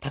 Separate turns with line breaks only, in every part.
多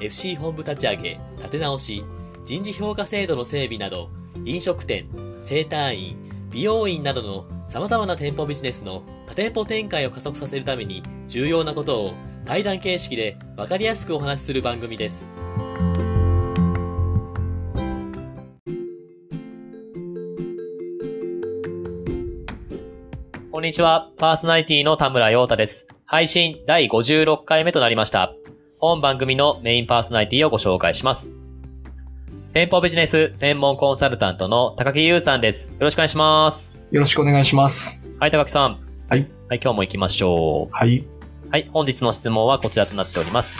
FC 本部立ち上げ立て直し人事評価制度の整備など飲食店整体院美容院などの様々な店舗ビジネスの多店舗展開を加速させるために重要なことを対談形式で分かりやすくお話しする番組です。こんにちは。パーソナリティの田村陽太です。配信第56回目となりました。本番組のメインパーソナリティをご紹介します。店舗ビジネス専門コンサルタントの高木優さんです。よろしくお願いします。
よろしくお願いします。
はい、高木さん。
はい。
はい、今日も行きましょう。
はい。
はい、本日の質問はこちらとなっております。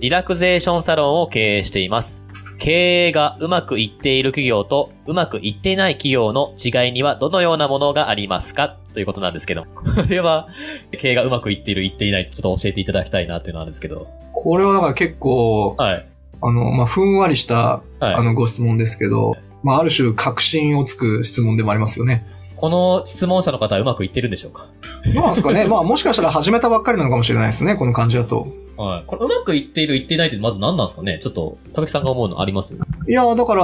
リラクゼーションサロンを経営しています。経営がうまくいっている企業とうまくいっていない企業の違いにはどのようなものがありますかということなんですけ ど。これは、経営がうまくいっている、いっていないちょっと教えていただきたいなっていうのなんですけど。
これはだから結構、
はい。
あの、まあ、ふんわりし
は
た、
い。
あの、ご質問ですけど、まあ、ある種、確信をつく質問でもありますよね。
この質問者の方はうまくいってるんでしょうか
どうなんです かねまあ、もしかしたら始めたばっかりなのかもしれないですね、この感じだと。
はい。これうまくいっている、いっていないってまず何なんですかねちょっと、高木さんが思うのあります
いや、だか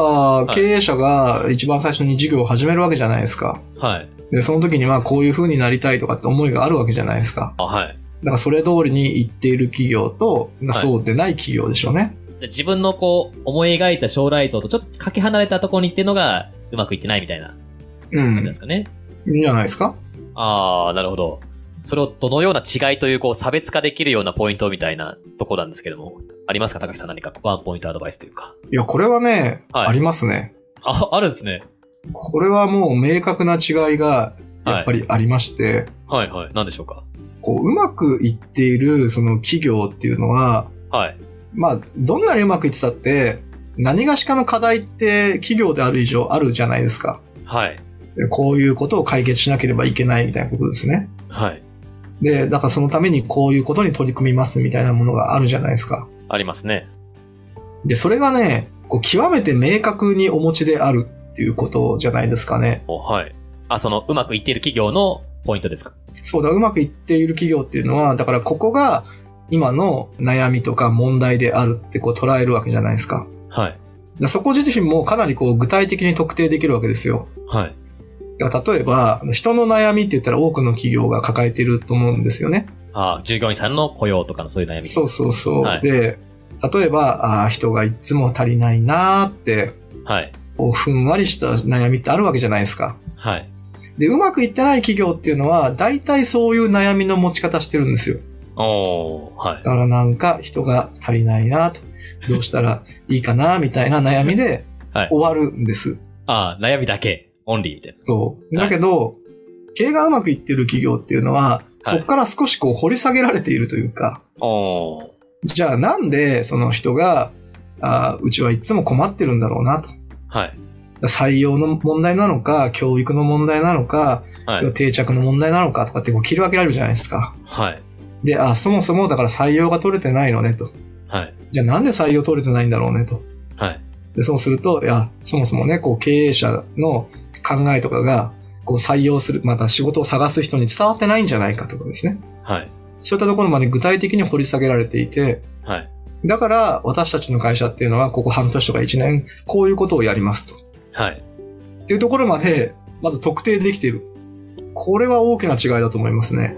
ら
い、
経営者が一番最初に事業を始めるわけじゃないですか。
はい。
で、その時にはこういう風になりたいとかって思いがあるわけじゃないですか。
あ、はい。
だから、それ通りに行っている企業と、まあ
はい
そうでない企業でしょうね。
自分のこう、思い描いた将来像とちょっとかけ離れたところに行ってるのが、うまくいってないみたいな
う
感じなんで
ん。
すかね。
いいんじゃないですか
ああ、なるほど。それをどのような違いという、こう、差別化できるようなポイントみたいなところなんですけども、ありますか高木さん何かワンポイントアドバイスというか。
いや、これはね、
はい
ありますね。
あ、あるんですね。
これはもう明確な違いが
はい
やっぱりありまして、
はいはい。何でしょうか
こううまくいっているその企業っていうのは、
はい。
まあ、どんなにうまくいってたって、何がしかの課題って企業である以上あるじゃないですか。
はい。
でこういうことを解決しなければいけないみたいなことですね。
はい。
で、だからそのためにこういうことに取り組みますみたいなものがあるじゃないですか。
ありますね。
で、それがね、こう極めて明確にお持ちであるっていうことじゃないですかね。
おはい。あ、その、うまくいっている企業のポイントですか
そうだ、うまくいっている企業っていうのは、だからここが今の悩みとか問題であるってこう捉えるわけじゃないですか。
はい。
だからそこ自身もかなりこう具体的に特定できるわけですよ。
はい。
だから例えば、人の悩みって言ったら多くの企業が抱えていると思うんですよね。
あ従業員さんの雇用とかのそういう悩み。
そうそうそう。
はい
で、例えば、あー人がいつも足りないなーって、
はい。
こうふんわりした悩みってあるわけじゃないですか。
はい。
で、うまくいってない企業っていうのは、大体そういう悩みの持ち方してるんですよ。
おー、はい。
だからなんか人が足りないなと、どうしたらいいかなみたいな悩みで
はい
終わるんです。
あ悩みだけ、オンリーみたいな。
そう。だけど、経営がうまくいってる企業っていうのは、
はい
そこから少しこう掘り下げられているというか、
おー、
じゃあなんでその人が、あーうちはいつも困ってるんだろうなと。
はい。
採用の問題なのか、教育の問題なのか、
はい。
定着の問題なのかとかってこう切り分けられるじゃないですか。
はい。
で、あー、そもそもだから採用が取れてないのねと。
はい。
じゃあなんで採用取れてないんだろうねと。
はい。
で、そうすると、いや、そもそもね、こう、経営者の考えとかが、こう、採用する、また仕事を探す人に伝わってないんじゃないかとかですね。
はい。
そういったところまで具体的に掘り下げられていて、
はい。
だから、私たちの会社っていうのは、ここ半年とか1年、こういうことをやりますと。
はい。
っていうところまで、まず特定できている。これは大きな違いだと思いますね。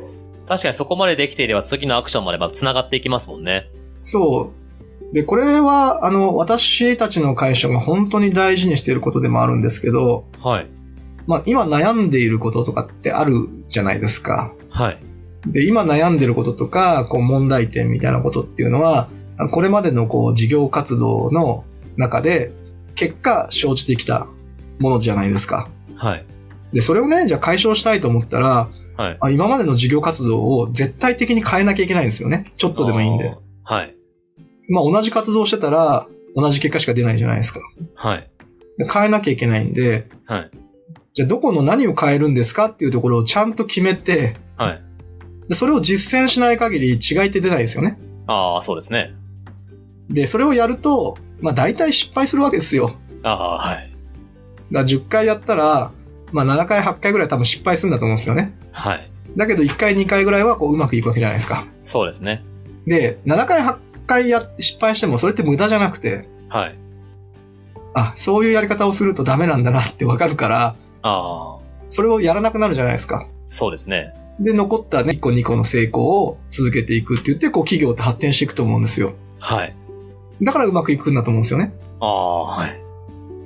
確かにそこまでできていれば次のアクションまでまあ繋がっていきますもんね。
そう。で、これは、あの、私たちの会社が本当に大事にしていることでもあるんですけど、
はい。
まあ、今悩んでいることとかってあるじゃないですか。
はい。
で、今悩んでることとか、こう問題点みたいなことっていうのは、これまでのこう事業活動の中で、結果生じてきたものじゃないですか。
はい。
で、それをね、じゃあ解消したいと思ったら、
はい。
あ今までの事業活動を絶対的に変えなきゃいけないんですよね。ちょっとでもいいんで。。
はい。
まあ同じ活動してたら、同じ結果しか出ないじゃないですか。
はい。
で変えなきゃいけないんで、
はい。
じゃあどこの何を変えるんですかっていうところをちゃんと決めて、
はい。
でそれを実践しない限り違いって出ないですよね。
ああ、そうですね。
で、それをやると、まあ大体失敗するわけですよ。
ああ、はい。
だから10回やったら、まあ7回、8回ぐらい多分失敗するんだと思うんですよね。
はい。
だけど1回、2回ぐらいはこううまくいくわけじゃないですか。
そうですね。
で、7回、8回やって失敗してもそれって無駄じゃなくて、
はい。
あ、そういうやり方をするとダメなんだなってわかるから、
ああ、
それをやらなくなるじゃないですか。
そうですね。
で、残ったね、1個2個の成功を続けていくって言って、こう企業って発展していくと思うんですよ。
はい。
だからうまくいくんだと思うんですよね。
ああ、はい。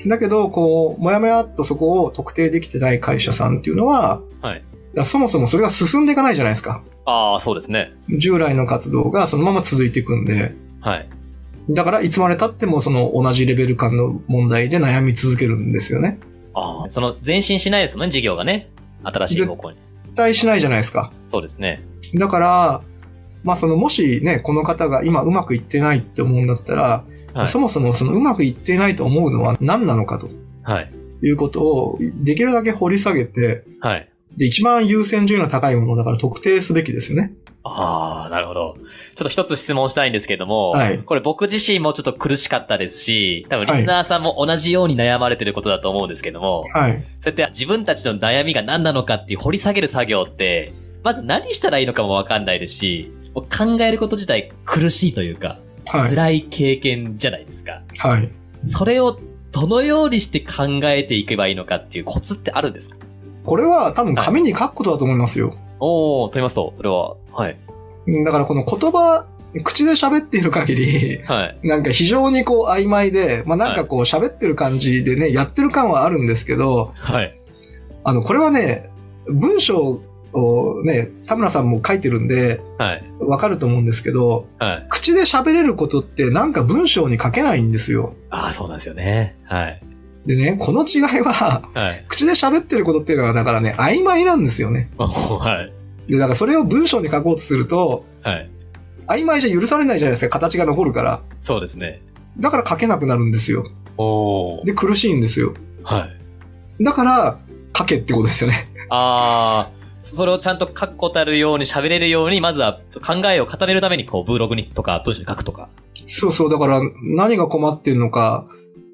だけど、こう、もやもやっとそこを特定できてない会社さんっていうのは、
はい
だからそもそもそれが進んでいかないじゃないですか。
ああ、そうですね。
従来の活動がそのまま続いていくんで、
はい。
だからいつまで経ってもその同じレベル感の問題で悩み続けるんですよね。
ああ、その前進しないですもんね、事業がね。新しい方向に。
期待しないじゃないですか。
そうですね。
だから、まあそのもしね、この方が今うまくいってないって思うんだったら、
はい
そもそもそのうまくいってないと思うのは何なのかと
はい。
いうことをできるだけ掘り下げて、
はい。
で、一番優先順位の高いものだから特定すべきですよね。
ああ、なるほど。ちょっと一つ質問したいんですけども、
はい
これ僕自身もちょっと苦しかったですし、多分リスナーさんも同じように悩まれてることだと思うんですけども、
はい。
そうやって自分たちの悩みが何なのかっていう掘り下げる作業って、まず何したらいいのかもわかんないですし、もう考えること自体苦しいというか、
はい。
辛い経験じゃないですか。
はい。
それをどのようにして考えていけばいいのかっていうコツってあるんですか
これは多分紙に書くことだと思いますよ。
おー、と言いますと、それは、はい。
うんだからこの言葉、口で喋っている限り、
はい。
なんか非常にこう曖昧で、まあなんかこう喋ってる感じでね、やってる感はあるんですけど、
はい。
あの、これはね、文章をね、田村さんも書いてるんで、
はい。
わかると思うんですけど、
はい。
口で喋れることってなんか文章に書けないんですよ。
ああ、そうなんですよね。はい。
でね、この違いは、
はい。
口で喋ってることっていうのはだからね、曖昧なんですよね。
おーはい。
で、だからそれを文章に書こうとすると、
はい。
曖昧じゃ許されないじゃないですか、形が残るから。
そうですね。
だから書けなくなるんですよ。
おー。
で、苦しいんですよ。
はい。
だから、書けってことですよね。
ああ、そそれをちゃんと確固たるように喋れるように、まずは考えを固めるために、こう、ブログにとか、文章に書くとか。
そうそう、だから何が困ってるのか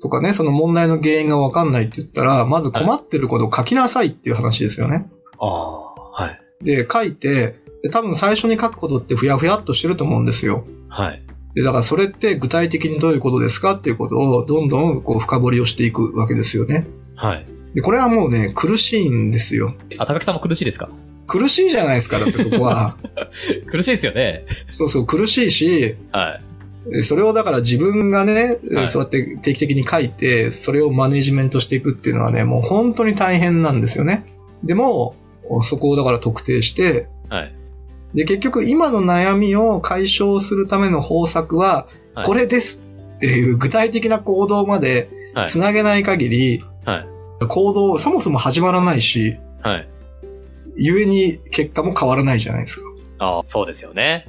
とかね、その問題の原因がわかんないって言ったら、まず困ってることを書きなさいっていう話ですよね。
ああ、はい。
で、書いて、で多分最初に書くことってふやふやっとしてると思うんですよ。
はい。
で、だからそれって具体的にどういうことですかっていうことをどんどんこう深掘りをしていくわけですよね。
はい。
で、これはもうね、苦しいんですよ。
あ、高木さんも苦しいですか
苦しいじゃないですか、だってそこは。
苦しいですよね。
そうそう、苦しいし、
はい。
えそれをだから自分がね、え
はい
そうやって定期的に書いて、それをマネジメントしていくっていうのはね、もう本当に大変なんですよね。でも、そこをだから特定して、
はい。
で、結局今の悩みを解消するための方策は
は、い
これですっていう具体的な行動まで
はい
つなげない限り、
はい
行動そもそも始まらないし、
はい。
故に結果も変わらないじゃないですか。
ああ、そうですよね。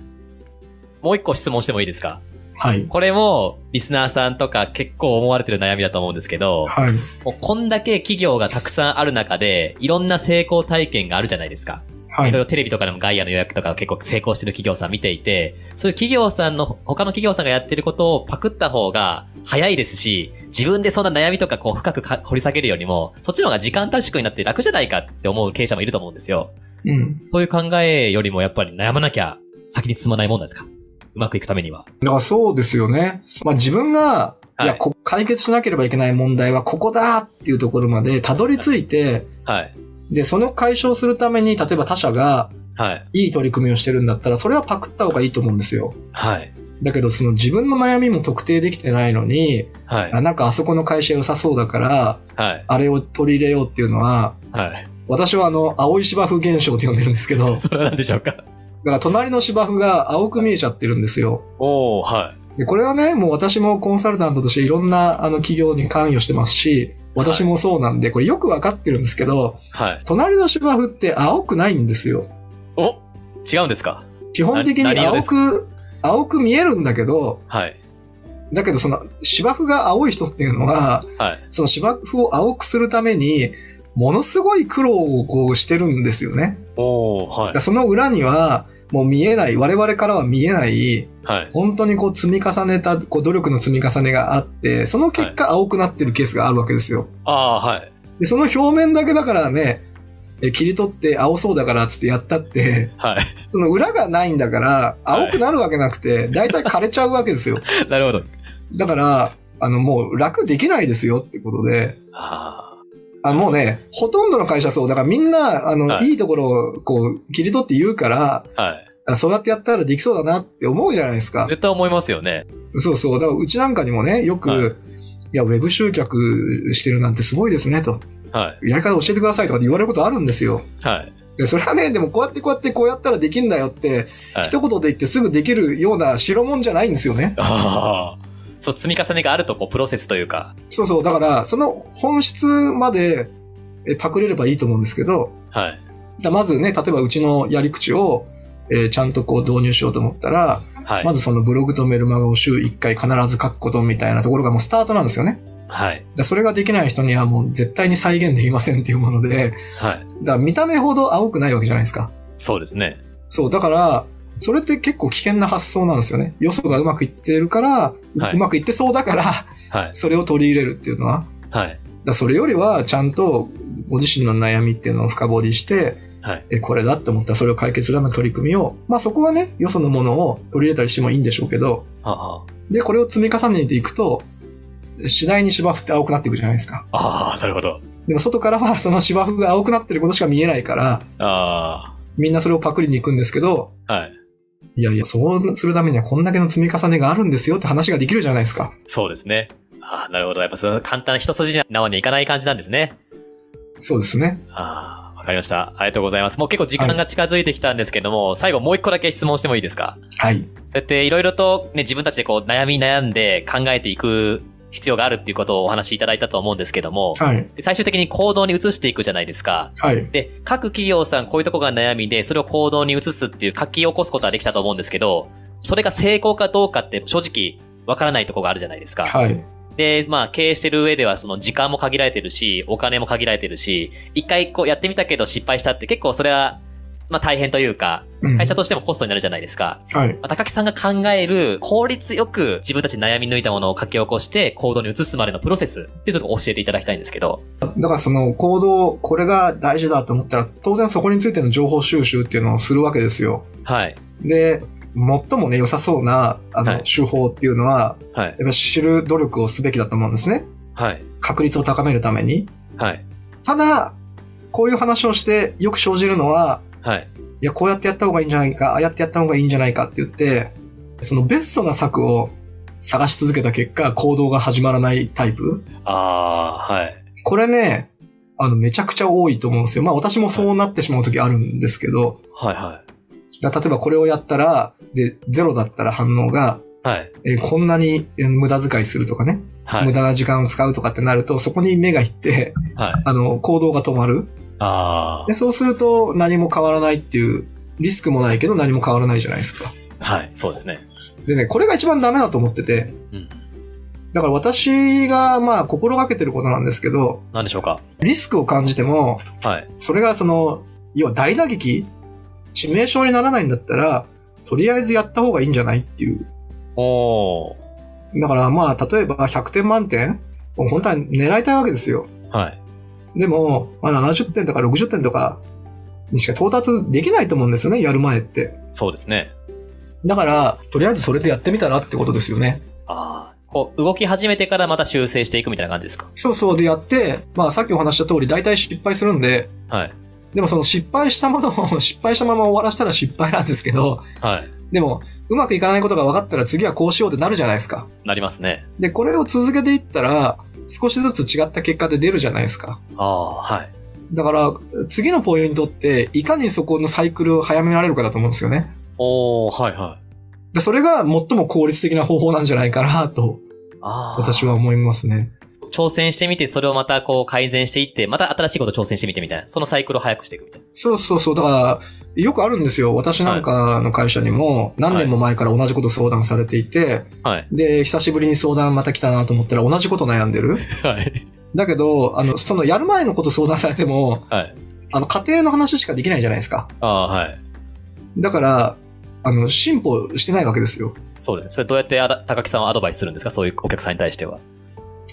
もう一個質問してもいいですか
はい。
これも、リスナーさんとか結構思われてる悩みだと思うんですけど、
はい。
もうこんだけ企業がたくさんある中で、いろんな成功体験があるじゃないですか。
はい
ろい
い。
ろテレビとかでもガイアの予約とか結構成功してる企業さん見ていて、そういう企業さんの、他の企業さんがやってることをパクった方が早いですし、自分でそんな悩みとかこう深くか掘り下げるよりも、そっちの方が時間短縮になって楽じゃないかって思う経営者もいると思うんですよ。
うん。
そういう考えよりもやっぱり悩まなきゃ先に進まないもんなんですかうまくいくためには。
だからそうですよね。まあ自分が、
はい
い、や、こ解決しなければいけない問題はここだっていうところまでたどり着いて、
はい。
で、その解消するために、例えば他社が
はい。
いい取り組みをしてるんだったら、それはパクった方がいいと思うんですよ。
はい。
だけど、その自分の悩みも特定できてないのに、
はい
あ。なんかあそこの会社良さそうだから、
はい。
あれを取り入れようっていうのは、
はい。
私はあの、青い芝生現象って呼んでるんですけど、だか
それは何でしょうか
ら隣の芝生が青く見えちゃってるんですよ。
おー、はい。
で、これはね、もう私もコンサルタントとしていろんなあの企業に関与してますし、私もそうなんで、これよくわかってるんですけど、
はい。
隣の芝生って青くないんですよ。
お違うんですか
基本的に
な何色で
青
す
く、青く見えるんだけど、
はい。
だけどその芝生が青い人っていうのは、
はい。
その芝生を青くするために、ものすごい苦労をこうしてるんですよね。
おお
だ
は
からその裏には、もう見えない、我々からは見えない、
い。はい。
本当にこう積み重ねた、こう努力の積み重ねがあって、その結果青くなってるケースがあるわけですよ。
ああ、はい。
で、その表面だけだからね、え切り取って青そうだからっつってやったって、
はい。
その裏がないんだから、
はい
青くなるわけなくて、大体枯れちゃうわけですよ。
なるほど。
だから、あの、もう楽できないですよってことで、
あ
あもうね、ほとんどの会社そう。だからみんな、あの、
はい
い、いところをこう、切り取って言うから、
あ、はい。
あそうやってやったらできそうだなって思うじゃないですか。
絶対思いますよね。
そうそう。だからうちなんかにもね、よく、
はい
い、や、ウェブ集客してるなんてすごいですね、と。
は
やり方教えてくださいとかって言われることあるんですよ。
い。はい。
でそれはね、でもこうやってこうやってこうやったらできんだよって、
はい
一言で言ってすぐできるような代物じゃないんですよね。
ああ。そう、積み重ねがあると、こう、プロセスというか。
そうそう。だから、その本質までえパクれればいいと思うんですけど、
はい。
だまずね、例えばうちのやり口を、えーちゃんとこう導入しようと思ったら、
はい。
まずそのブログとメルマガを週1回必ず書くことみたいなところがもうスタートなんですよね。
はい。
だそれができない人にはもう絶対に再現できませんっていうもので、
はい。
だ見た目ほど青くないわけじゃないですか。
そうですね。
そう、だから、それって結構危険な発想なんですよね。よそがうまくいってるから、
はいう
まくいってそうだから、
はい。
それを取り入れるっていうのは。
はい。
だそれよりは、ちゃんとご自身の悩みっていうのを深掘りして、
はい
えこれだって思ったらそれを解決するための取り組みを、まあそこはね、よそのものを取り入れたりしてもいいんでしょうけど、
あ
で、これを積み重ねていくと、次第に芝生って青くなっていくじゃないですか。
あ。ああ、なるほど。
でも外からはその芝生が青くなってることしか見えないから、
あ
みんなそれをパクリに行くんですけど、
あ。はい。
いやいや、そうするためにはこんだけの積み重ねがあるんですよって話ができるじゃないですか。
そうですね。ああ、なるほど。やっぱその簡単な一筋縄にいかない感じなんですね。
そうですね。
ああ、わかりました。ありがとうございます。もう結構時間が近づいてきたんですけども、最後もう一個だけ質問してもいいですか
はい。
そうやっていろいろとね、自分たちでこう悩み悩んで考えていく必要があるっていうことをお話しいただいたと思うんですけども、
はい。
で最終的に行動に移していくじゃないですか。
はい。
で、各企業さんこういうとこが悩みで、それを行動に移すっていう書き起こすことはできたと思うんですけど、それが成功かどうかって正直わからないとこがあるじゃないですか。
はい。
で、まあ、経営してる上では、その時間も限られてるし、お金も限られてるし、一回こうやってみたけど失敗したって結構それは、まあ大変というか、
うん
会社としてもコストになるじゃないですか。
はい。
まあ、高木さんが考える効率よく自分たちの悩み抜いたものを書き起こして行動に移すまでのプロセスってちょっと教えていただきたいんですけど。
だからその行動、これが大事だと思ったら、当然そこについての情報収集っていうのをするわけですよ。
はい。
で、最もね、良さそうな、あ
はい
の、手法っていうのは、
はい。
やっぱ知る努力をすべきだと思うんですね。
はい。
確率を高めるために。
はい。
ただ、こういう話をしてよく生じるのは、
はい。
いや、こうやってやった方がいいんじゃないか、ああやってやった方がいいんじゃないかって言って、そのベストな策を探し続けた結果、行動が始まらないタイプ。
あー、はい。
これね、あの、めちゃくちゃ多いと思うんですよ。まあ私もそうなってしまう時あるんですけど、
はいは
だ例えばこれをやったら、で、ゼロだったら反応が、
い。はい。
えーこんなにえー無駄遣いするとかね、
は
無
い。
駄な時間を使うとかってなると、そこに目がいって、
はい。
あの、行動が止まる。
あ
で、そうすると何も変わらないっていう、リスクもないけど何も変わらないじゃないですか。
ー。はい。そうですね。
でね、これが一番ダメだと思ってて、
うん。
だから私がまあ心がけてることなんですけど、
なんでしょうか
リスクを感じても、
はい。
それがその、要は大打撃致命傷にならないんだったら、とりあえずやった方がいいんじゃないっていう。
おー。
だからまあ、例えば100点満点、もう本当は狙いたいわけですよ。
はい。
でも、まあ、70点とか60点とかにしか到達できないと思うんですよね、やる前って。
そうですね。
だから、とりあえずそれでやってみたらってことですよね。
あー。こう、動き始めてからまた修正していくみたいな感じですか
そうそうでやって、まあさっきお話しした通り大体失敗するんで、
はい。
でもその失敗したものを失敗したまま終わらせたら失敗なんですけど、
はい。
でもうまくいかないことが分かったら次はこうしようってなるじゃないですか。
なりますね。
で、これを続けていったら少しずつ違った結果で出るじゃないですか。
あー。はい。
だから次のポイントっていかにそこのサイクルを早められるかだと思うんですよね。
おー。はいはい。
でそれが最も効率的な方法なんじゃないかなと
あー。
私は思いますね。
挑戦してみて、それをまたこう改善していって、また新しいこと挑戦してみてみたいな。そのサイクルを早くしていくみたいな。
そうそうそう。だから、よくあるんですよ。私なんかの会社にも、何年も前から同じこと相談されていて、
はい。
で、久しぶりに相談また来たなと思ったら同じこと悩んでる。
はい。
だけど、あの、そのやる前のこと相談されても、
はい。
あの、家庭の話しかできないじゃないですか。
ああ、はい。
だから、あの、進歩してないわけですよ。
そうですね。それどうやってあだ高木さんはアドバイスするんですかそういうお客さんに対しては。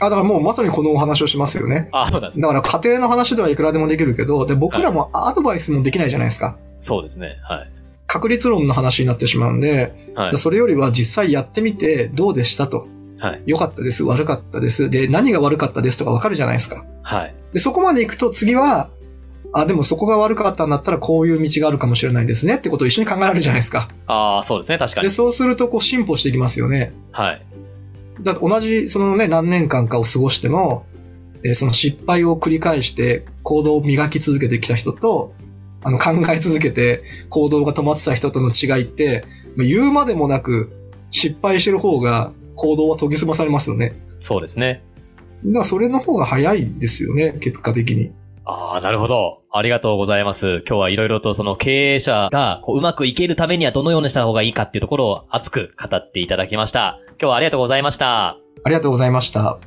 あ、だからもうまさにこのお話をしますよね。
ああ、そうなんですね。
だから家庭の話ではいくらでもできるけど、で、僕らもアドバイスもできないじゃないですか。
そうですね。はい。
確率論の話になってしまうんで、
はい。
それよりは実際やってみてどうでしたと。
はい。
良かったです、悪かったです。で、何が悪かったですとかわかるじゃないですか。
はい。
で、そこまで行くと次は、あ、でもそこが悪かったんだったらこういう道があるかもしれないですねってことを一緒に考えられるじゃないですか。
ああ、そうですね。確か
で、
に。
そうするとこう進歩していきますよね。
はい。
だって同じ、そのね、何年間かを過ごしても、えーその失敗を繰り返して行動を磨き続けてきた人と、あの、考え続けて行動が止まってた人との違いって、まあ言うまでもなく、失敗してる方が行動は研ぎ澄まされますよね。
そうですね。
だからそれの方が早いですよね、結果的に。
ああ、なるほど。ありがとうございます。今日はいろいろとその経営者がこううまくいけるためにはどのようにした方がいいかっていうところを熱く語っていただきました。今日はありがとうございました。
ありがとうございました。